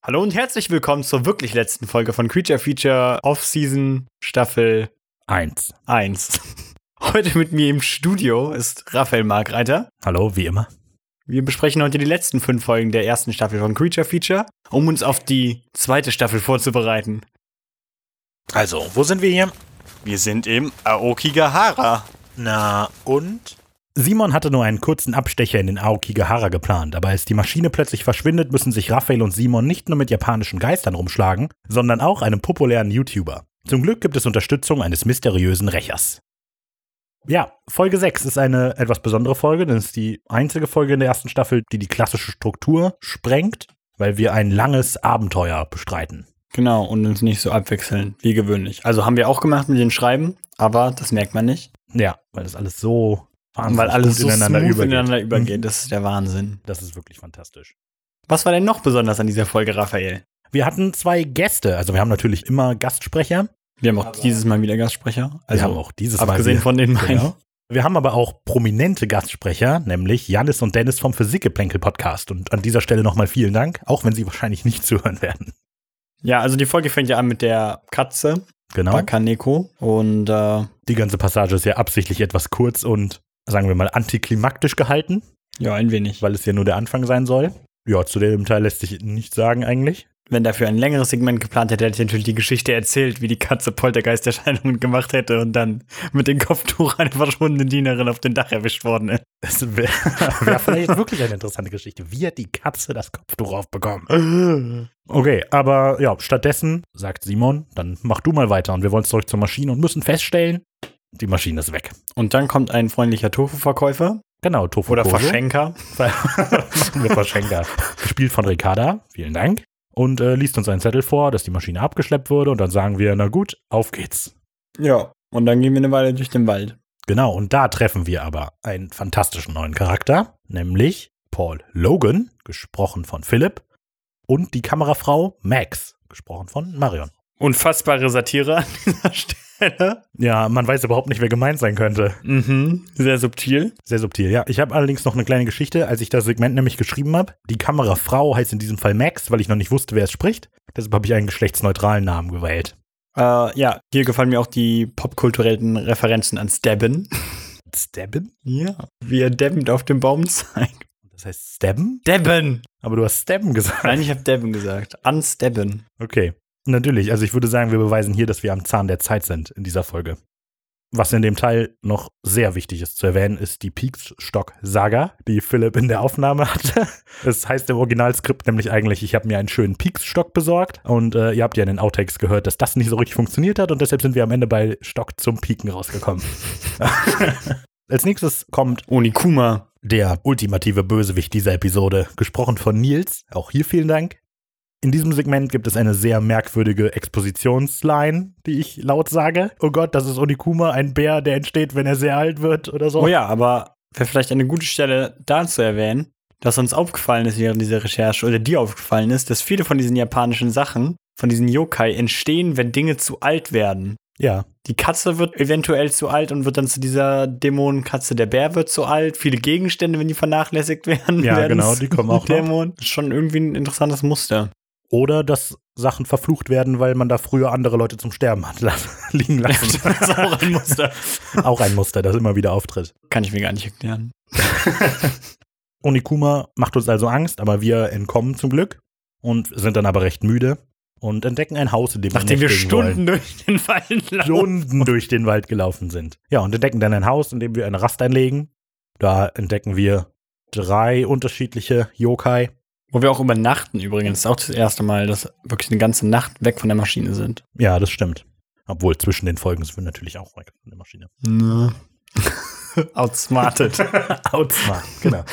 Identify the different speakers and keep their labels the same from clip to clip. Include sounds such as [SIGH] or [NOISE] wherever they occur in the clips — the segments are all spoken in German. Speaker 1: Hallo und herzlich willkommen zur wirklich letzten Folge von Creature Feature Off-Season Staffel
Speaker 2: Eins.
Speaker 1: 1. [LAUGHS] Heute mit mir im Studio ist Raphael Markreiter.
Speaker 2: Hallo, wie immer.
Speaker 1: Wir besprechen heute die letzten fünf Folgen der ersten Staffel von Creature Feature, um uns auf die zweite Staffel vorzubereiten.
Speaker 2: Also, wo sind wir hier?
Speaker 1: Wir sind im Aokigahara.
Speaker 2: Na, und? Simon hatte nur einen kurzen Abstecher in den Aokigahara geplant, aber als die Maschine plötzlich verschwindet, müssen sich Raphael und Simon nicht nur mit japanischen Geistern rumschlagen, sondern auch einem populären YouTuber. Zum Glück gibt es Unterstützung eines mysteriösen Rächers. Ja, Folge 6 ist eine etwas besondere Folge, denn es ist die einzige Folge in der ersten Staffel, die die klassische Struktur sprengt, weil wir ein langes Abenteuer bestreiten.
Speaker 1: Genau, und uns nicht so abwechseln wie gewöhnlich. Also haben wir auch gemacht mit den Schreiben, aber das merkt man nicht,
Speaker 2: Ja, weil das alles so wahnsinnig
Speaker 1: weil alles
Speaker 2: gut
Speaker 1: so
Speaker 2: ineinander
Speaker 1: smooth
Speaker 2: übergeht. [LAUGHS] Mhm.
Speaker 1: ineinander übergeht. Das ist der Wahnsinn.
Speaker 2: Das ist wirklich fantastisch.
Speaker 1: Was war denn noch besonders an dieser Folge, Raphael?
Speaker 2: Wir hatten zwei Gäste, also wir haben natürlich immer Gastsprecher.
Speaker 1: Wir haben auch dieses Mal wieder Gastsprecher.
Speaker 2: Also wir haben auch dieses
Speaker 1: abgesehen
Speaker 2: Mal
Speaker 1: von den
Speaker 2: wieder-
Speaker 1: meinen.
Speaker 2: Genau. Wir haben aber auch prominente Gastsprecher, nämlich Janis und Dennis vom Physikgeplänkel-Podcast. Und an dieser Stelle nochmal vielen Dank, auch wenn sie wahrscheinlich nicht [LAUGHS] zuhören werden.
Speaker 1: Ja, also die Folge fängt ja an mit der Katze,
Speaker 2: Genau.
Speaker 1: Bakaneko. Und äh,
Speaker 2: Die ganze Passage ist ja absichtlich etwas kurz und, sagen wir mal, antiklimaktisch gehalten,
Speaker 1: ja, ein wenig.
Speaker 2: weil es ja nur der Anfang sein soll. Ja, zu dem Teil lässt sich nichts sagen eigentlich.
Speaker 1: Wenn dafür ein längeres Segment geplant hätte, hätte ich natürlich die Geschichte erzählt, wie die Katze Poltergeisterscheinungen gemacht hätte und dann mit dem Kopftuch eine verschwundene Dienerin auf dem Dach erwischt worden ist.
Speaker 2: Das wäre wär [LAUGHS] vielleicht wirklich eine interessante Geschichte. Wie hat die Katze das Kopftuch aufbekommen? Okay, aber ja, stattdessen sagt Simon, dann mach du mal weiter und wir wollen zurück zur Maschine und müssen feststellen, die Maschine ist weg.
Speaker 1: Und dann kommt ein freundlicher Tofu-Verkäufer
Speaker 2: Genau, Tofu
Speaker 1: oder
Speaker 2: Koso. [LAUGHS]
Speaker 1: Verschenker.
Speaker 2: Machen wir Verschenker. Gespielt von Ricarda, vielen Dank. Und äh, liest uns einen Zettel vor, dass die Maschine abgeschleppt wurde und dann sagen wir, na gut, auf geht's.
Speaker 1: Ja, und dann gehen wir eine Weile durch den Wald.
Speaker 2: Genau, und da treffen wir aber einen fantastischen neuen Charakter, nämlich Paul Logan, gesprochen von Philipp, und die Kamerafrau Max, gesprochen von Marion.
Speaker 1: Unfassbare Satire an dieser [LAUGHS] Stelle.
Speaker 2: Ja, man weiß überhaupt nicht, wer gemeint sein könnte.
Speaker 1: Mhm, sehr subtil.
Speaker 2: Sehr subtil, ja. Ich habe allerdings noch eine kleine Geschichte, als ich das Segment nämlich geschrieben habe. Die Kamerafrau heißt in diesem Fall Max, weil ich noch nicht wusste, wer es spricht. Deshalb habe ich einen geschlechtsneutralen Namen gewählt.
Speaker 1: Äh, ja, hier gefallen mir auch die popkulturellen Referenzen an Stabben.
Speaker 2: Stabben?
Speaker 1: Ja, wie er debbend auf dem Baum zeigt.
Speaker 2: Das heißt Stabben?
Speaker 1: Debben!
Speaker 2: Aber du hast Stabben gesagt.
Speaker 1: Nein, ich habe Debben gesagt. Unstabben.
Speaker 2: Okay, natürlich. Also ich würde sagen, wir beweisen hier, dass wir am Zahn der Zeit sind in dieser Folge. Was in dem Teil noch sehr wichtig ist zu erwähnen, ist die Peaksstock-Saga, die Philipp in der Aufnahme hatte. [LAUGHS] Es heißt im Originalskript nämlich eigentlich, ich habe mir einen schönen Peaksstock besorgt und äh, ihr habt ja in den Outtakes gehört, dass das nicht so richtig funktioniert hat und deshalb sind wir am Ende bei Stock zum Pieken rausgekommen. [LAUGHS] Als nächstes kommt
Speaker 1: Onikuma.
Speaker 2: der ultimative Bösewicht dieser Episode, gesprochen von Nils. Auch hier vielen Dank. In diesem Segment gibt es eine sehr merkwürdige Expositionsline, die ich laut sage. Oh Gott, das ist Onikuma, ein Bär, der entsteht, wenn er sehr alt wird oder so.
Speaker 1: Oh ja, aber wäre vielleicht eine gute Stelle, da zu erwähnen, dass uns aufgefallen ist während dieser Recherche oder dir aufgefallen ist, dass viele von diesen japanischen Sachen, von diesen Yokai, entstehen, wenn Dinge zu alt werden.
Speaker 2: Ja,
Speaker 1: Die Katze wird eventuell zu alt und wird dann zu dieser Dämonenkatze. Der Bär wird zu alt. Viele Gegenstände, wenn die vernachlässigt werden,
Speaker 2: Ja,
Speaker 1: werden
Speaker 2: genau,
Speaker 1: zu
Speaker 2: die kommen auch noch.
Speaker 1: Dämonen. Ist Schon irgendwie ein interessantes Muster.
Speaker 2: Oder dass Sachen verflucht werden, weil man da früher andere Leute zum Sterben hat lassen, [LAUGHS] liegen lassen.
Speaker 1: [LAUGHS] Das ist auch ein Muster.
Speaker 2: auch ein Muster, das immer wieder auftritt.
Speaker 1: Kann ich mir gar nicht erklären.
Speaker 2: Onikuma macht uns also Angst, aber wir entkommen zum Glück und sind dann aber recht müde und entdecken ein Haus, in dem
Speaker 1: Nachdem wir
Speaker 2: nächtigen wollen.
Speaker 1: Stunden durch den Wald laufen.
Speaker 2: Stunden durch den Wald gelaufen sind. Ja, und entdecken dann ein Haus, in dem wir eine Rast einlegen. Da entdecken wir drei unterschiedliche Yokai.
Speaker 1: Wo wir auch übernachten übrigens. Das ist auch das erste Mal, dass wirklich eine ganze Nacht weg von der Maschine sind.
Speaker 2: Ja, das stimmt. Obwohl zwischen den Folgen sind wir natürlich auch weg von der Maschine.
Speaker 1: [LAUGHS] Outsmarted.
Speaker 2: Outsmart,
Speaker 1: [LAUGHS]
Speaker 2: genau.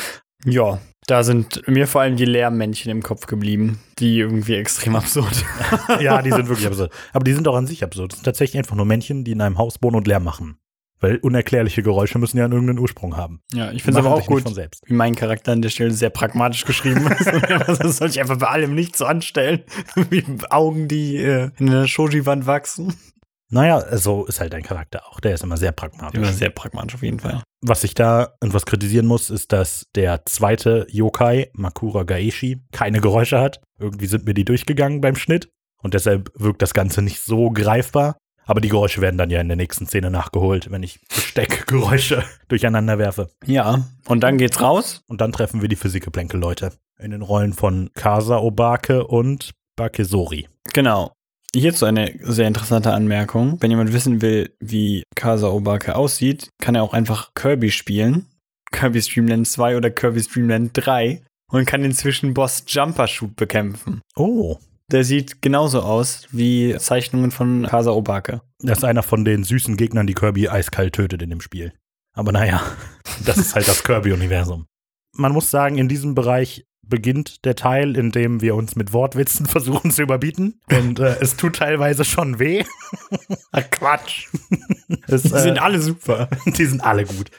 Speaker 1: ja, da sind mir vor allem die Lehrmännchen im Kopf geblieben, die irgendwie extrem absurd.
Speaker 2: ja, die sind wirklich absurd. Aber die sind auch an sich absurd. Das sind tatsächlich einfach nur Männchen, die in einem Haus wohnen und Lärm machen. Weil unerklärliche Geräusche müssen ja einen irgendeinen Ursprung haben.
Speaker 1: Ja, ich
Speaker 2: Die
Speaker 1: finde es aber auch
Speaker 2: machen sich nicht
Speaker 1: gut,
Speaker 2: Von selbst.
Speaker 1: wie mein Charakter an der Stelle sehr pragmatisch geschrieben [LAUGHS] ist. das soll ich [LAUGHS] einfach bei allem nicht so anstellen, wie Augen, die äh, in der Shoji-Wand wachsen.
Speaker 2: Naja, so ist halt dein Charakter auch. Der ist immer sehr pragmatisch.
Speaker 1: Immer sehr pragmatisch auf jeden Fall.
Speaker 2: Was ich da und was kritisieren muss, ist, dass der zweite Yokai, Makura Gaeshi, keine Geräusche hat. Irgendwie sind mir die durchgegangen beim Schnitt und deshalb wirkt das Ganze nicht so greifbar. Aber die Geräusche werden dann ja in der nächsten Szene nachgeholt, wenn ich Besteckgeräusche [LAUGHS] durcheinander werfe.
Speaker 1: Ja. Und dann geht's raus.
Speaker 2: Und dann treffen wir die Physikeplänkel-Leute in den Rollen von Kasa Obake und Bakesori.
Speaker 1: Genau. Hierzu eine sehr interessante Anmerkung. Wenn jemand wissen will, wie Kasa Obake aussieht, kann er auch einfach Kirby spielen. Kirby's Dream Land 2 oder Kirby's Dream Land 3 und kann inzwischen Boss Jumper Shoot bekämpfen.
Speaker 2: Oh,
Speaker 1: Der sieht genauso aus wie Zeichnungen von Kasa Obake.
Speaker 2: das ist einer von den süßen Gegnern, die Kirby eiskalt tötet in dem Spiel. Aber naja, [LAUGHS] das ist halt das Kirby-Universum. Man muss sagen, in diesem Bereich beginnt der Teil, in dem wir uns mit Wortwitzen [LAUGHS] versuchen zu überbieten. Und äh, es tut teilweise schon weh.
Speaker 1: [LAUGHS]
Speaker 2: Quatsch. [LAUGHS] es,
Speaker 1: Die sind
Speaker 2: äh,
Speaker 1: alle super.
Speaker 2: [LAUGHS] Die sind alle gut.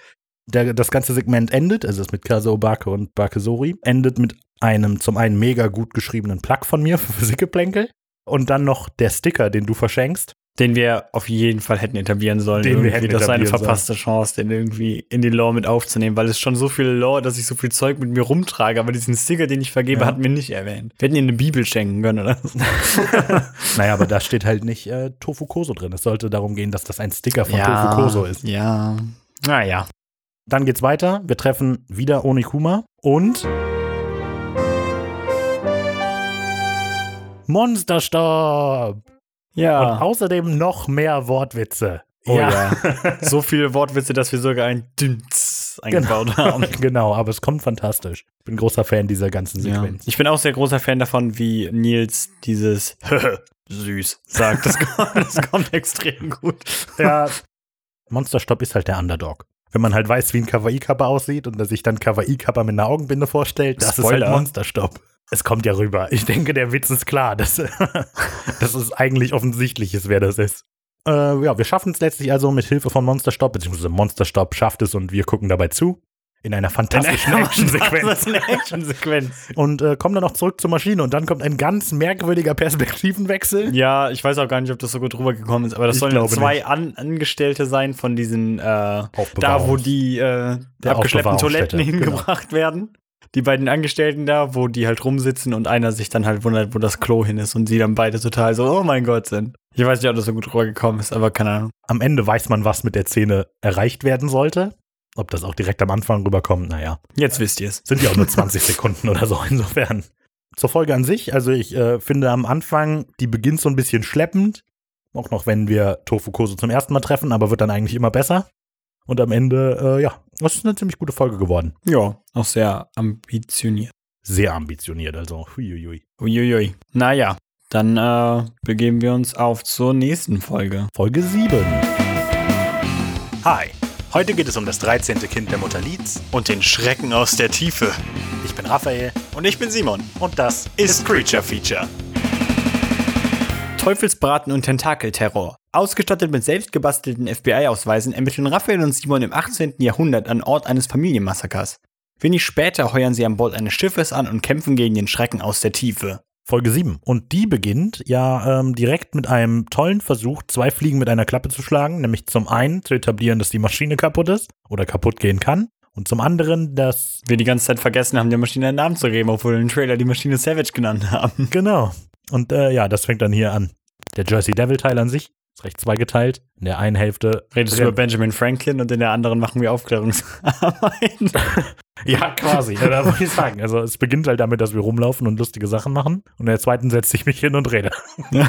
Speaker 2: Der, das ganze Segment endet, also das mit Kasa Obake und Bakesori, endet mit einem zum einen mega gut geschriebenen Plug von mir für Physikgeplänkel und dann noch der Sticker, den du verschenkst.
Speaker 1: Den wir auf jeden Fall hätten etablieren sollen.
Speaker 2: Den wir
Speaker 1: Irgendwie,
Speaker 2: hätten
Speaker 1: das ist eine
Speaker 2: etablieren
Speaker 1: verpasste Chance, den irgendwie in die Lore mit aufzunehmen, weil es schon so viel Lore, dass ich so viel Zeug mit mir rumtrage, aber diesen Sticker, den ich vergebe,
Speaker 2: Ja.
Speaker 1: hatten wir nicht erwähnt. Wir hätten ihr eine Bibel schenken können, oder?
Speaker 2: Naja, aber da steht halt nicht äh, Tofukoso drin. Es sollte darum gehen, dass das ein Sticker von Tofukoso ist.
Speaker 1: Ja. Naja.
Speaker 2: Dann geht's weiter. Wir treffen wieder Onikuma und Monsterstab. Und
Speaker 1: Ja.
Speaker 2: außerdem noch mehr Wortwitze.
Speaker 1: oh, Ah. [LAUGHS] ja. so viele Wortwitze, dass wir sogar ein Dünz eingebaut haben.
Speaker 2: [LAUGHS] genau, aber es kommt fantastisch. Ich bin großer Fan dieser ganzen
Speaker 1: Ja.
Speaker 2: Sequenz.
Speaker 1: Ich bin auch sehr großer Fan davon, wie Nils dieses [LAUGHS] süß sagt. Das kommt, das kommt [LAUGHS] extrem gut.
Speaker 2: Ja. [LAUGHS] Monsterstopp ist halt der Underdog. Wenn man halt weiß, wie ein Kawaii-Kappa aussieht und dass sich dann Kawaii-Kappa mit einer Augenbinde vorstellt, das ist
Speaker 1: Spoiler.
Speaker 2: halt Monsterstopp. Es kommt ja rüber. Ich denke, der Witz ist klar. Das, [LAUGHS] das ist eigentlich offensichtlich, ist, wer das ist. Äh, ja, wir schaffen es letztlich also mit Hilfe von Monsterstopp, beziehungsweise Monsterstopp schafft es und wir gucken dabei zu. In
Speaker 1: [LAUGHS]
Speaker 2: einer fantastischen Action-Sequenz.
Speaker 1: Das ist eine Action-Sequenz.
Speaker 2: Und äh, kommen dann noch zurück zur Maschine und dann kommt ein ganz merkwürdiger Perspektivenwechsel.
Speaker 1: Ja, ich weiß auch gar nicht, ob das so gut rübergekommen ist, aber das
Speaker 2: Ich
Speaker 1: sollen ja
Speaker 2: glaube
Speaker 1: zwei An Angestellte sein von diesen, äh, da
Speaker 2: Aufbewahrungs-
Speaker 1: wo die äh,
Speaker 2: Der
Speaker 1: abgeschleppten Toiletten
Speaker 2: Aufbewahrungsstätte,
Speaker 1: hingebracht werden. Die beiden Angestellten da, wo die halt rumsitzen und einer sich dann halt wundert, wo das Klo hin ist und sie dann beide total so, oh mein Gott, sind. Ich weiß nicht, ob das so gut rübergekommen ist, aber keine Ahnung.
Speaker 2: Am Ende weiß man, was mit der Szene erreicht werden sollte. Ob das auch direkt am Anfang rüberkommt, naja,
Speaker 1: Jetzt wisst ihr es.
Speaker 2: sind ja auch nur 20 Sekunden oder so insofern. Zur Folge an sich, also ich äh, finde am Anfang, die beginnt so ein bisschen schleppend. Auch noch, wenn wir Tofukoso zum ersten Mal treffen, aber wird dann eigentlich immer besser. Und am Ende, äh, ja, das ist eine ziemlich gute Folge geworden.
Speaker 1: Ja, auch sehr ambitioniert.
Speaker 2: Sehr ambitioniert, also huiuiui.
Speaker 1: Uiuiui. Naja, dann äh, begeben wir uns auf zur nächsten Folge.
Speaker 2: Folge 7. Hi, heute geht es um das 13. Kind der Mutter Leeds.
Speaker 1: Und den Schrecken aus der Tiefe.
Speaker 2: Ich bin Raphael
Speaker 1: Und ich bin Simon.
Speaker 2: und das
Speaker 1: ist Creature Feature. Teufelsbraten und Tentakelterror. Ausgestattet mit selbstgebastelten FBI-Ausweisen ermitteln Raphael und Simon im 18. Jahrhundert an Ort eines Familienmassakers. Wenig später heuern sie an Bord eines Schiffes an und kämpfen gegen den Schrecken aus der Tiefe.
Speaker 2: Folge 7. Und die beginnt ja ähm, direkt mit einem tollen Versuch, zwei Fliegen mit einer Klappe zu schlagen. Nämlich zum einen zu etablieren, dass die Maschine kaputt ist oder kaputt gehen kann. Und zum anderen, dass.
Speaker 1: Wir die ganze Zeit vergessen haben, der Maschine einen Namen zu geben, obwohl wir im Trailer die Maschine Savage genannt haben.
Speaker 2: Genau. Und äh, ja, das fängt dann hier an. Der Jersey Devil-Teil an sich ist recht zweigeteilt. In der einen Hälfte.
Speaker 1: Redest du über Benjamin Franklin und in der anderen machen wir Aufklärungsarbeit.
Speaker 2: [LAUGHS] Ja, quasi. Ja, da wollte ich sagen. Also, es beginnt halt damit, dass wir rumlaufen und lustige Sachen machen. Und in der zweiten setze ich mich hin und [LAUGHS] rede.
Speaker 1: Ja.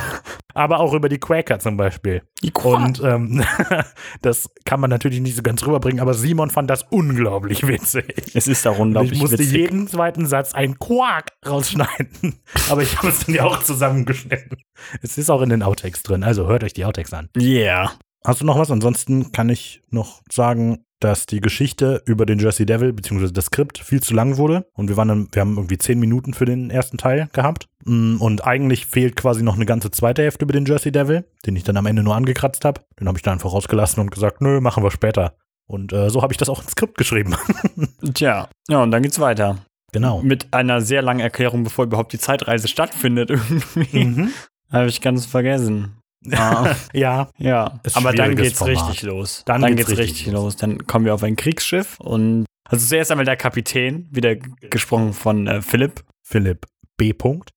Speaker 2: Aber auch über die Quaker zum Beispiel.
Speaker 1: Die
Speaker 2: Und ähm, [LAUGHS] das kann man natürlich nicht so ganz rüberbringen, aber Simon fand das unglaublich witzig.
Speaker 1: es ist auch
Speaker 2: Und ich
Speaker 1: unglaublich
Speaker 2: musste
Speaker 1: witzig.
Speaker 2: jeden zweiten Satz ein Quark
Speaker 1: [LAUGHS]
Speaker 2: rausschneiden. Aber ich habe es dann ja auch zusammengeschnitten. Es ist auch in den Outtakes drin, also hört euch die Outtakes an.
Speaker 1: Yeah.
Speaker 2: Hast du noch was? Ansonsten kann ich noch sagen, dass die Geschichte über den Jersey Devil bzw. das Skript viel zu lang wurde und wir waren dann, wir haben irgendwie zehn Minuten für den ersten Teil gehabt Mm, und eigentlich fehlt quasi noch eine ganze zweite Hälfte über den Jersey Devil, den ich dann am Ende nur angekratzt habe. Den habe ich dann einfach rausgelassen und gesagt, nö, machen wir später. Und äh, so habe ich das auch ins Skript geschrieben. [LAUGHS]
Speaker 1: Tja. Ja, und dann geht's weiter.
Speaker 2: genau.
Speaker 1: Mit einer sehr langen Erklärung, bevor überhaupt die Zeitreise stattfindet, [LAUGHS] irgendwie.
Speaker 2: Mhm.
Speaker 1: Habe ich ganz vergessen. Ah,
Speaker 2: [LAUGHS] Ja,
Speaker 1: ja.
Speaker 2: Ist
Speaker 1: Aber dann
Speaker 2: schwieriges
Speaker 1: geht's
Speaker 2: Format.
Speaker 1: richtig los.
Speaker 2: Dann geht's richtig
Speaker 1: los. Dann kommen wir auf ein Kriegsschiff und also zuerst einmal der Kapitän, wieder g- gesprochen von äh, Philipp.
Speaker 2: [LAUGHS] Philipp B. Punkt.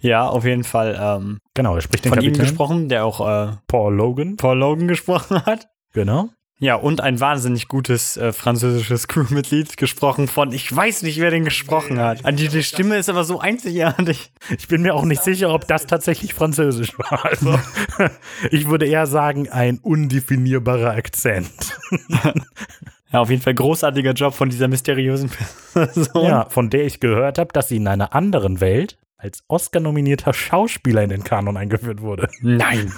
Speaker 1: Ja, auf jeden Fall ähm,
Speaker 2: Genau, er spricht Mhm. den
Speaker 1: von ihm
Speaker 2: Kapitän.
Speaker 1: gesprochen, der auch äh,
Speaker 2: Paul Logan.
Speaker 1: Paul Logan gesprochen hat.
Speaker 2: Genau.
Speaker 1: Ja, und ein wahnsinnig gutes äh, französisches [LAUGHS] Crewmitglied gesprochen von, ich weiß nicht, wer den gesprochen hat. An die, die Stimme ist aber so einzigartig.
Speaker 2: Ich bin mir auch nicht sicher, ob das tatsächlich Französisch war. Also, [LAUGHS] ich würde eher sagen, ein undefinierbarer Akzent.
Speaker 1: Ja, auf jeden Fall großartiger Job von dieser mysteriösen [LAUGHS] Person.
Speaker 2: Ja, von der ich gehört habe, dass sie in einer anderen Welt als Oscar-nominierter Schauspieler in den Kanon
Speaker 1: [LAUGHS]
Speaker 2: eingeführt wurde.
Speaker 1: Nein.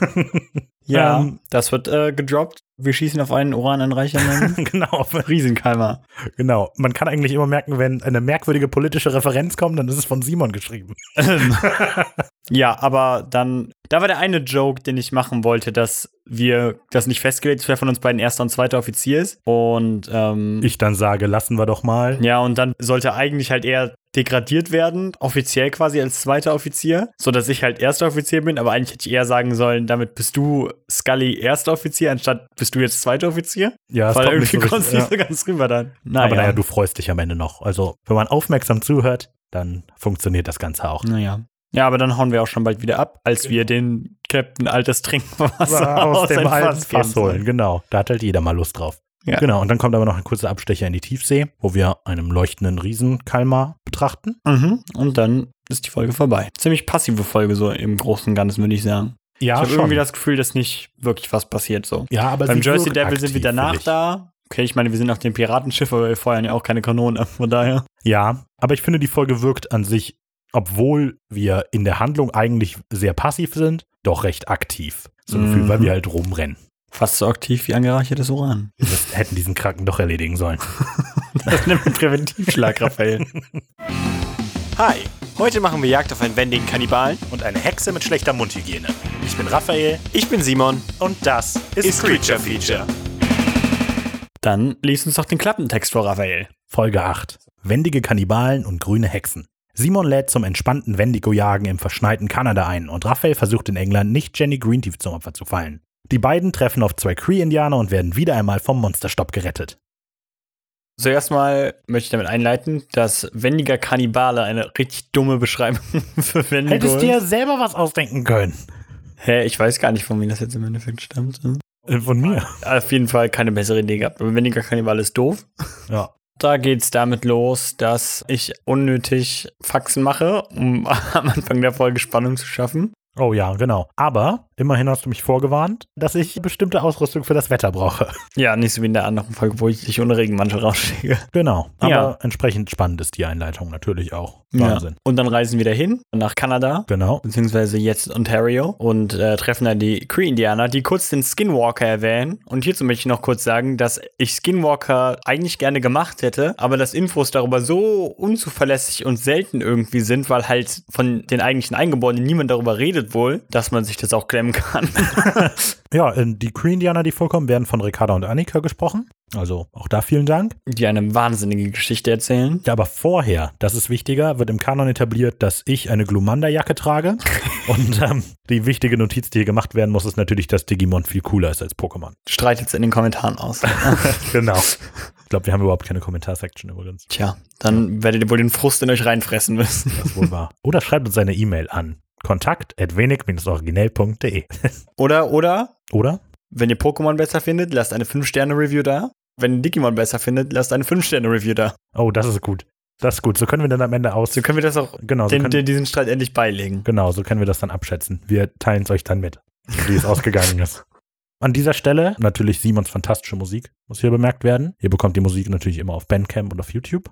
Speaker 1: ja,
Speaker 2: Ähm,
Speaker 1: das wird äh, gedroppt. Wir schießen auf einen [LAUGHS] Urananreichernden.
Speaker 2: genau,
Speaker 1: Riesenkeimer.
Speaker 2: genau. Man kann eigentlich immer merken, wenn eine merkwürdige politische Referenz kommt, dann ist es von Simon geschrieben.
Speaker 1: Ja, aber dann, da war der eine Joke, den ich machen wollte, dass wir das nicht festgelegt ist, wer von uns beiden erster und zweiter Offizier ist. Und ähm,
Speaker 2: Ich dann sage, lassen wir doch mal.
Speaker 1: ja, und dann sollte eigentlich halt er degradiert werden, offiziell quasi als zweiter Offizier, so dass ich halt erster Offizier bin, aber eigentlich hätte ich eher sagen sollen, damit bist du Scully erster Offizier, anstatt bist du jetzt zweiter Offizier.
Speaker 2: Ja, es
Speaker 1: Weil
Speaker 2: kommt
Speaker 1: irgendwie Ah,
Speaker 2: nicht so
Speaker 1: kommst du
Speaker 2: richtig-
Speaker 1: nicht so ganz rüber dann. Naja.
Speaker 2: Aber naja, du freust dich am Ende noch. Also, wenn man aufmerksam zuhört, dann funktioniert das Ganze auch.
Speaker 1: Naja. Ja, aber dann hauen wir auch schon bald wieder ab, als wir den Captain altes
Speaker 2: [LAUGHS]
Speaker 1: Trinkwasser [LAUGHS] aus, dem Fass, geben sollen.
Speaker 2: Genau, da hat halt jeder mal Lust drauf.
Speaker 1: Ja.
Speaker 2: Genau, und dann kommt aber noch ein kurzer Abstecher in die Tiefsee, wo wir einen leuchtenden Riesenkalmar betrachten.
Speaker 1: Mhm. Und dann ist die Folge vorbei. Ziemlich passive Folge so im Großen und Ganzen, würde ich sagen.
Speaker 2: Ja,
Speaker 1: ich habe irgendwie das Gefühl, dass nicht wirklich was passiert so.
Speaker 2: ja, aber
Speaker 1: Beim
Speaker 2: sie
Speaker 1: Jersey
Speaker 2: wirkt
Speaker 1: Devil
Speaker 2: aktiv,
Speaker 1: sind wir danach
Speaker 2: finde ich.
Speaker 1: da. Okay, ich meine, wir sind auf dem Piratenschiff, aber wir feuern ja auch keine Kanone, von daher.
Speaker 2: Ja, aber ich finde, die Folge wirkt an sich, obwohl wir in der Handlung eigentlich sehr passiv sind, doch recht aktiv. So ein Gefühl,
Speaker 1: Mhm.
Speaker 2: weil wir halt rumrennen.
Speaker 1: Fast so aktiv wie angereichertes [LAUGHS] Uran.
Speaker 2: Wir müssten- [LAUGHS] hätten diesen Kranken doch erledigen sollen.
Speaker 1: Das nimmt einen Präventivschlag, Raphael.
Speaker 3: Hi, heute machen wir Jagd auf einen wendigen Kannibalen.
Speaker 2: Und eine Hexe mit schlechter Mundhygiene. Ich bin Raphael
Speaker 3: Ich bin Simon.
Speaker 2: und das
Speaker 3: Ist Creature Feature.
Speaker 1: Dann lies uns doch den Klappentext vor, Raphael.
Speaker 2: Folge 8. Wendige Kannibalen und grüne Hexen. Simon lädt zum entspannten Wendigo-Jagen im verschneiten Kanada ein und Raphael versucht in England nicht Jenny Greenleaf zum Opfer zu fallen. Die beiden treffen auf zwei Cree-Indianer und werden wieder einmal vom Monsterstopp gerettet.
Speaker 1: Zuerst mal möchte ich damit einleiten, dass wendiger Kannibale eine richtig dumme Beschreibung [LAUGHS] für Wendigo
Speaker 2: Hättest
Speaker 1: ist.
Speaker 2: dir selber was ausdenken können.
Speaker 1: Hä, ich weiß gar nicht, von wem das jetzt im Endeffekt stammt.
Speaker 2: Von mir.
Speaker 1: Auf jeden Fall keine bessere Idee gehabt. Aber wendiger Kannibale ist doof.
Speaker 2: Ja.
Speaker 1: Da geht's damit los, dass ich unnötig Faxen mache, um [LAUGHS] am Anfang der Folge Spannung zu schaffen.
Speaker 2: Oh ja, genau. Aber immerhin hast du mich vorgewarnt, dass ich bestimmte Ausrüstung für das Wetter brauche. [LAUGHS]
Speaker 1: Ja, nicht so wie in der anderen Folge, wo ich dich ohne Regenmantel rausschicke.
Speaker 2: Genau. Aber
Speaker 1: Ja.
Speaker 2: entsprechend spannend ist die Einleitung natürlich auch.
Speaker 1: Ja.
Speaker 2: Wahnsinn.
Speaker 1: Und dann reisen wir dahin nach Kanada.
Speaker 2: Genau.
Speaker 1: beziehungsweise jetzt Ontario und äh, treffen dann die Cree-Indianer, die kurz den Skinwalker erwähnen. Und hierzu möchte ich noch kurz sagen, dass ich Skinwalker eigentlich gerne gemacht hätte, aber dass Infos darüber so unzuverlässig und selten irgendwie sind, weil halt von den eigentlichen Eingeborenen niemand darüber redet wohl, dass man sich das auch klemmen kann. [LAUGHS]
Speaker 2: Ja, äh, die Cree-Indianer, die vorkommen, werden von Ricarda und Annika gesprochen. Also auch da vielen Dank.
Speaker 1: die eine wahnsinnige Geschichte erzählen.
Speaker 2: Ja, aber vorher, das ist wichtiger, wird im Kanon etabliert, dass ich eine Glumanda-Jacke trage. und ähm, die wichtige Notiz, die hier gemacht werden muss, ist natürlich, dass Digimon viel cooler ist als Pokémon.
Speaker 1: Streitet's in den Kommentaren aus.
Speaker 2: Genau. Ich glaube, wir haben überhaupt keine Kommentar-Section übrigens.
Speaker 1: Tja, dann werdet ihr wohl den Frust in euch reinfressen müssen.
Speaker 2: Das wohl wahr. Oder schreibt uns eine E-Mail an kontakt.wenig-originell.de.
Speaker 1: Oder, oder,
Speaker 2: Oder?
Speaker 1: Wenn ihr Pokémon besser findet, lasst eine 5-Sterne-Review da. Wenn ihr Digimon besser findet, lasst eine 5-Sterne-Review da.
Speaker 2: Oh, das ist gut. Das ist gut. So können wir dann am Ende aus.
Speaker 1: So können wir das auch,
Speaker 2: Genau, so
Speaker 1: den,
Speaker 2: können,
Speaker 1: den, diesen Streit endlich beilegen.
Speaker 2: Genau, so können wir das dann abschätzen. Wir teilen es euch dann mit, wie es ausgegangen ist. An dieser Stelle natürlich Simons fantastische Musik, muss hier bemerkt werden. Ihr bekommt die Musik natürlich immer auf Bandcamp und auf YouTube.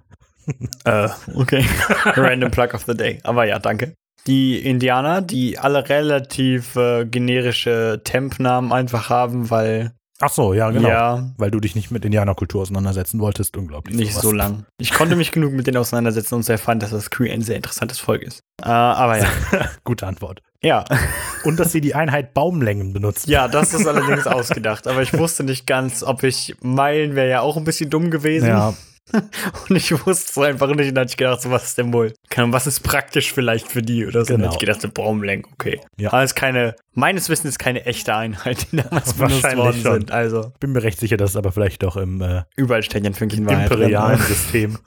Speaker 1: Äh,
Speaker 2: [LAUGHS]
Speaker 1: okay. Random Plug of the Day. Aber ja, danke. Die Indianer, die alle relativ äh, generische Tempnamen einfach haben, weil,
Speaker 2: Ach so, ja, genau.
Speaker 1: ja,
Speaker 2: Weil du dich nicht mit Indianerkultur auseinandersetzen wolltest, unglaublich.
Speaker 1: nicht
Speaker 2: sowas.
Speaker 1: so lang. Ich konnte mich genug mit denen auseinandersetzen und erfahren, dass das Cree ein sehr interessantes Volk ist. Äh, aber
Speaker 2: [LAUGHS]
Speaker 1: ja.
Speaker 2: [LAUGHS] Gute Antwort.
Speaker 1: Ja,
Speaker 2: Und dass sie die Einheit Baumlängen benutzt.
Speaker 1: ja, das ist allerdings ausgedacht. Aber ich wusste nicht ganz, ob ich Meilen wäre ja auch ein bisschen dumm gewesen.
Speaker 2: Ja,
Speaker 1: [LAUGHS] Und ich wusste es einfach nicht. Und dann hatte ich gedacht, so, was ist denn wohl? Keine Ahnung, was ist praktisch vielleicht für die oder so. Und dann
Speaker 2: Genau.
Speaker 1: hatte ich gedacht, so Baumlenk, okay.
Speaker 2: Ja.
Speaker 1: Aber es ist keine, meines Wissens ist keine echte Einheit, die damals [LAUGHS] benutzt
Speaker 2: Wahrscheinlich
Speaker 1: worden
Speaker 2: schon.
Speaker 1: sind. Also
Speaker 2: Bin mir recht sicher, dass es aber vielleicht doch im äh,
Speaker 1: überall steckt ein Fünkchen Wahrheit
Speaker 2: imperialen
Speaker 1: drin. ne?
Speaker 2: System